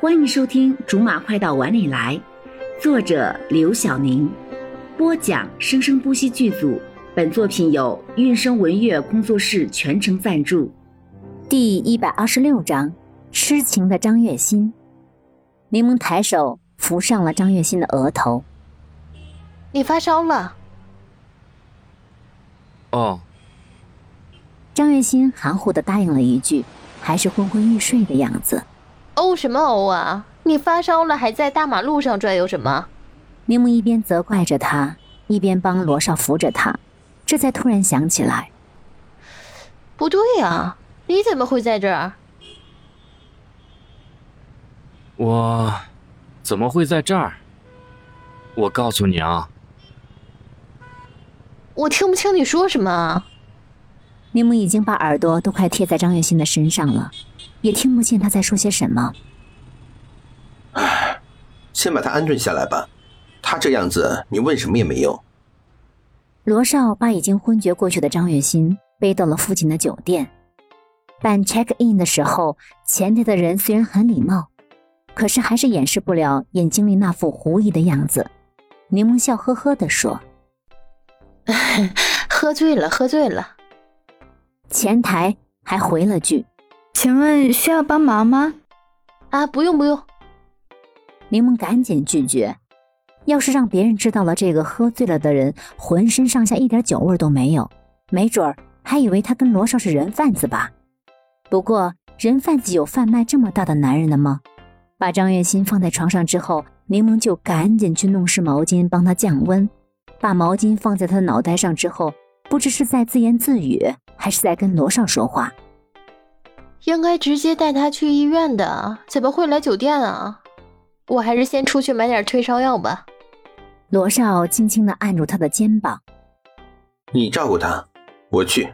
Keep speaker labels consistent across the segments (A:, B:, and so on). A: 欢迎收听《竹马快到碗里来》，作者刘晓宁，播讲生生不息剧组。本作品由韵声文乐工作室全程赞助。
B: 第一百二十六章：痴情的张月心。柠檬抬手扶上了张月心的额头。
C: 你发烧了？
D: 哦，
B: 张月心含糊的答应了一句，还是昏昏欲睡的样子。
C: 哦什么哦啊！你发烧了还在大马路上转悠什么？
B: 柠檬一边责怪着他，一边帮罗少扶着他，这才突然想起来，
C: 不对呀、啊，你怎么会在这儿？
D: 我怎么会在这儿？我告诉你啊，
C: 我听不清你说什么啊！
B: 柠檬已经把耳朵都快贴在张月心的身上了，也听不见他在说些什么。
E: 唉，先把他安顿下来吧，他这样子你问什么也没用。
B: 罗少把已经昏厥过去的张月心背到了附近的酒店。办 check in 的时候，前台的人虽然很礼貌，可是还是掩饰不了眼睛里那副狐疑的样子。柠檬笑呵呵地说：“
C: 喝醉了，喝醉了。”
B: 前台还回了句：“
F: 请问需要帮忙吗？”
C: 啊，不用不用。
B: 柠檬赶紧拒绝。要是让别人知道了这个喝醉了的人浑身上下一点酒味都没有，没准儿还以为他跟罗少是人贩子吧。不过人贩子有贩卖这么大的男人的吗？把张月心放在床上之后，柠檬就赶紧去弄湿毛巾帮他降温，把毛巾放在他的脑袋上之后。不知是在自言自语，还是在跟罗少说话。
C: 应该直接带他去医院的，怎么会来酒店啊？我还是先出去买点退烧药吧。
B: 罗少轻轻的按住他的肩膀：“
E: 你照顾他，我去。”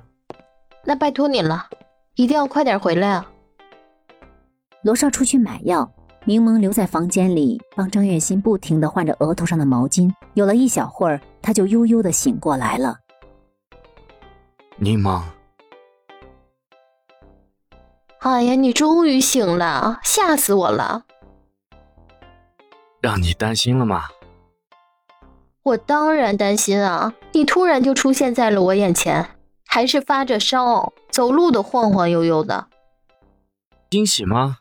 C: 那拜托你了，一定要快点回来啊！
B: 罗少出去买药，柠檬留在房间里帮张月心不停的换着额头上的毛巾。有了一小会儿，他就悠悠的醒过来了。
D: 柠檬，
C: 哎呀，你终于醒了，吓死我了！
D: 让你担心了吗？
C: 我当然担心啊！你突然就出现在了我眼前，还是发着烧，走路都晃晃悠悠的。
D: 惊喜吗？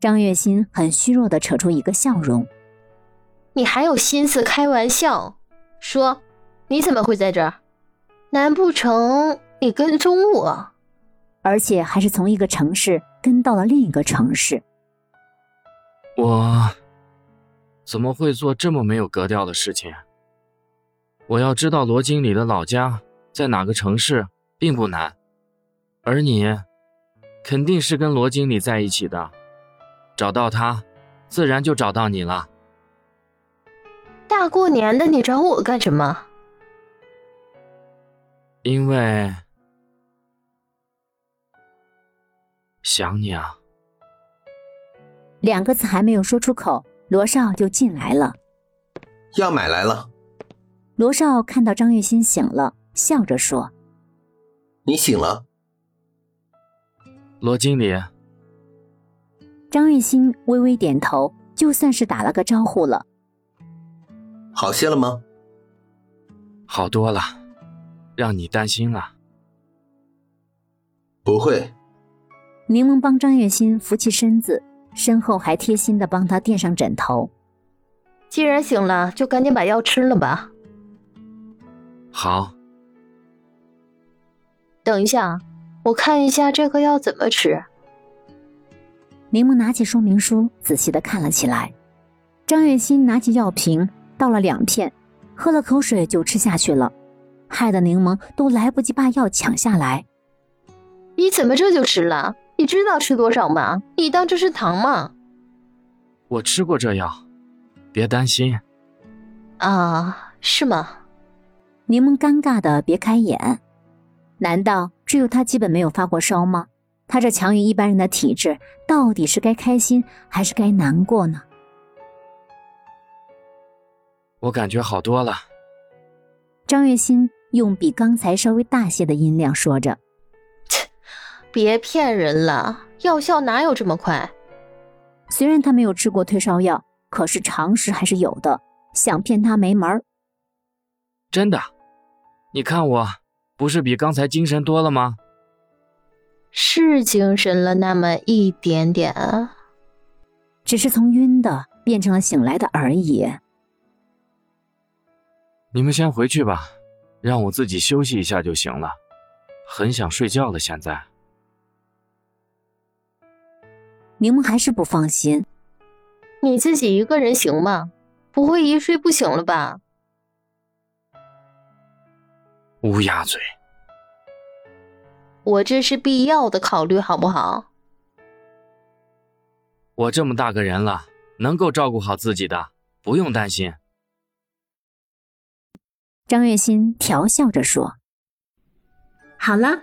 B: 张月心很虚弱的扯出一个笑容。
C: 你还有心思开玩笑？说，你怎么会在这儿？难不成你跟踪我？
B: 而且还是从一个城市跟到了另一个城市。
D: 我怎么会做这么没有格调的事情？我要知道罗经理的老家在哪个城市并不难，而你肯定是跟罗经理在一起的，找到他，自然就找到你了。
C: 大过年的，你找我干什么？
D: 因为想你啊，
B: 两个字还没有说出口，罗少就进来了。
E: 药买来了。
B: 罗少看到张月心醒了，笑着说：“
E: 你醒了。”
D: 罗经理。
B: 张月心微微点头，就算是打了个招呼了。
E: 好些了吗？
D: 好多了。让你担心了，
E: 不会。
B: 柠檬帮张月心扶起身子，身后还贴心的帮她垫上枕头。
C: 既然醒了，就赶紧把药吃了吧。
D: 好。
C: 等一下，我看一下这个药怎么吃。
B: 柠檬拿起说明书，仔细的看了起来。张月心拿起药瓶，倒了两片，喝了口水就吃下去了。害得柠檬都来不及把药抢下来。
C: 你怎么这就吃了？你知道吃多少吗？你当这是糖吗？
D: 我吃过这药，别担心。
C: 啊，是吗？
B: 柠檬尴尬的别开眼。难道只有他基本没有发过烧吗？他这强于一般人的体质，到底是该开心还是该难过呢？
D: 我感觉好多了。
B: 张月心。用比刚才稍微大些的音量说着：“
C: 切，别骗人了，药效哪有这么快？
B: 虽然他没有吃过退烧药，可是常识还是有的，想骗他没门儿。
D: 真的，你看我不是比刚才精神多了吗？
C: 是精神了那么一点点，啊
B: 只是从晕的变成了醒来的而已。
D: 你们先回去吧，让我自己休息一下就行了。很想睡觉了，现在。
B: 柠檬还是不放心，
C: 你自己一个人行吗？不会一睡不醒了吧？
D: 乌鸦嘴，
C: 我这是必要的考虑，好不好？
D: 我这么大个人了，能够照顾好自己的，不用担心。
B: 张月心调笑着说
A: 好了，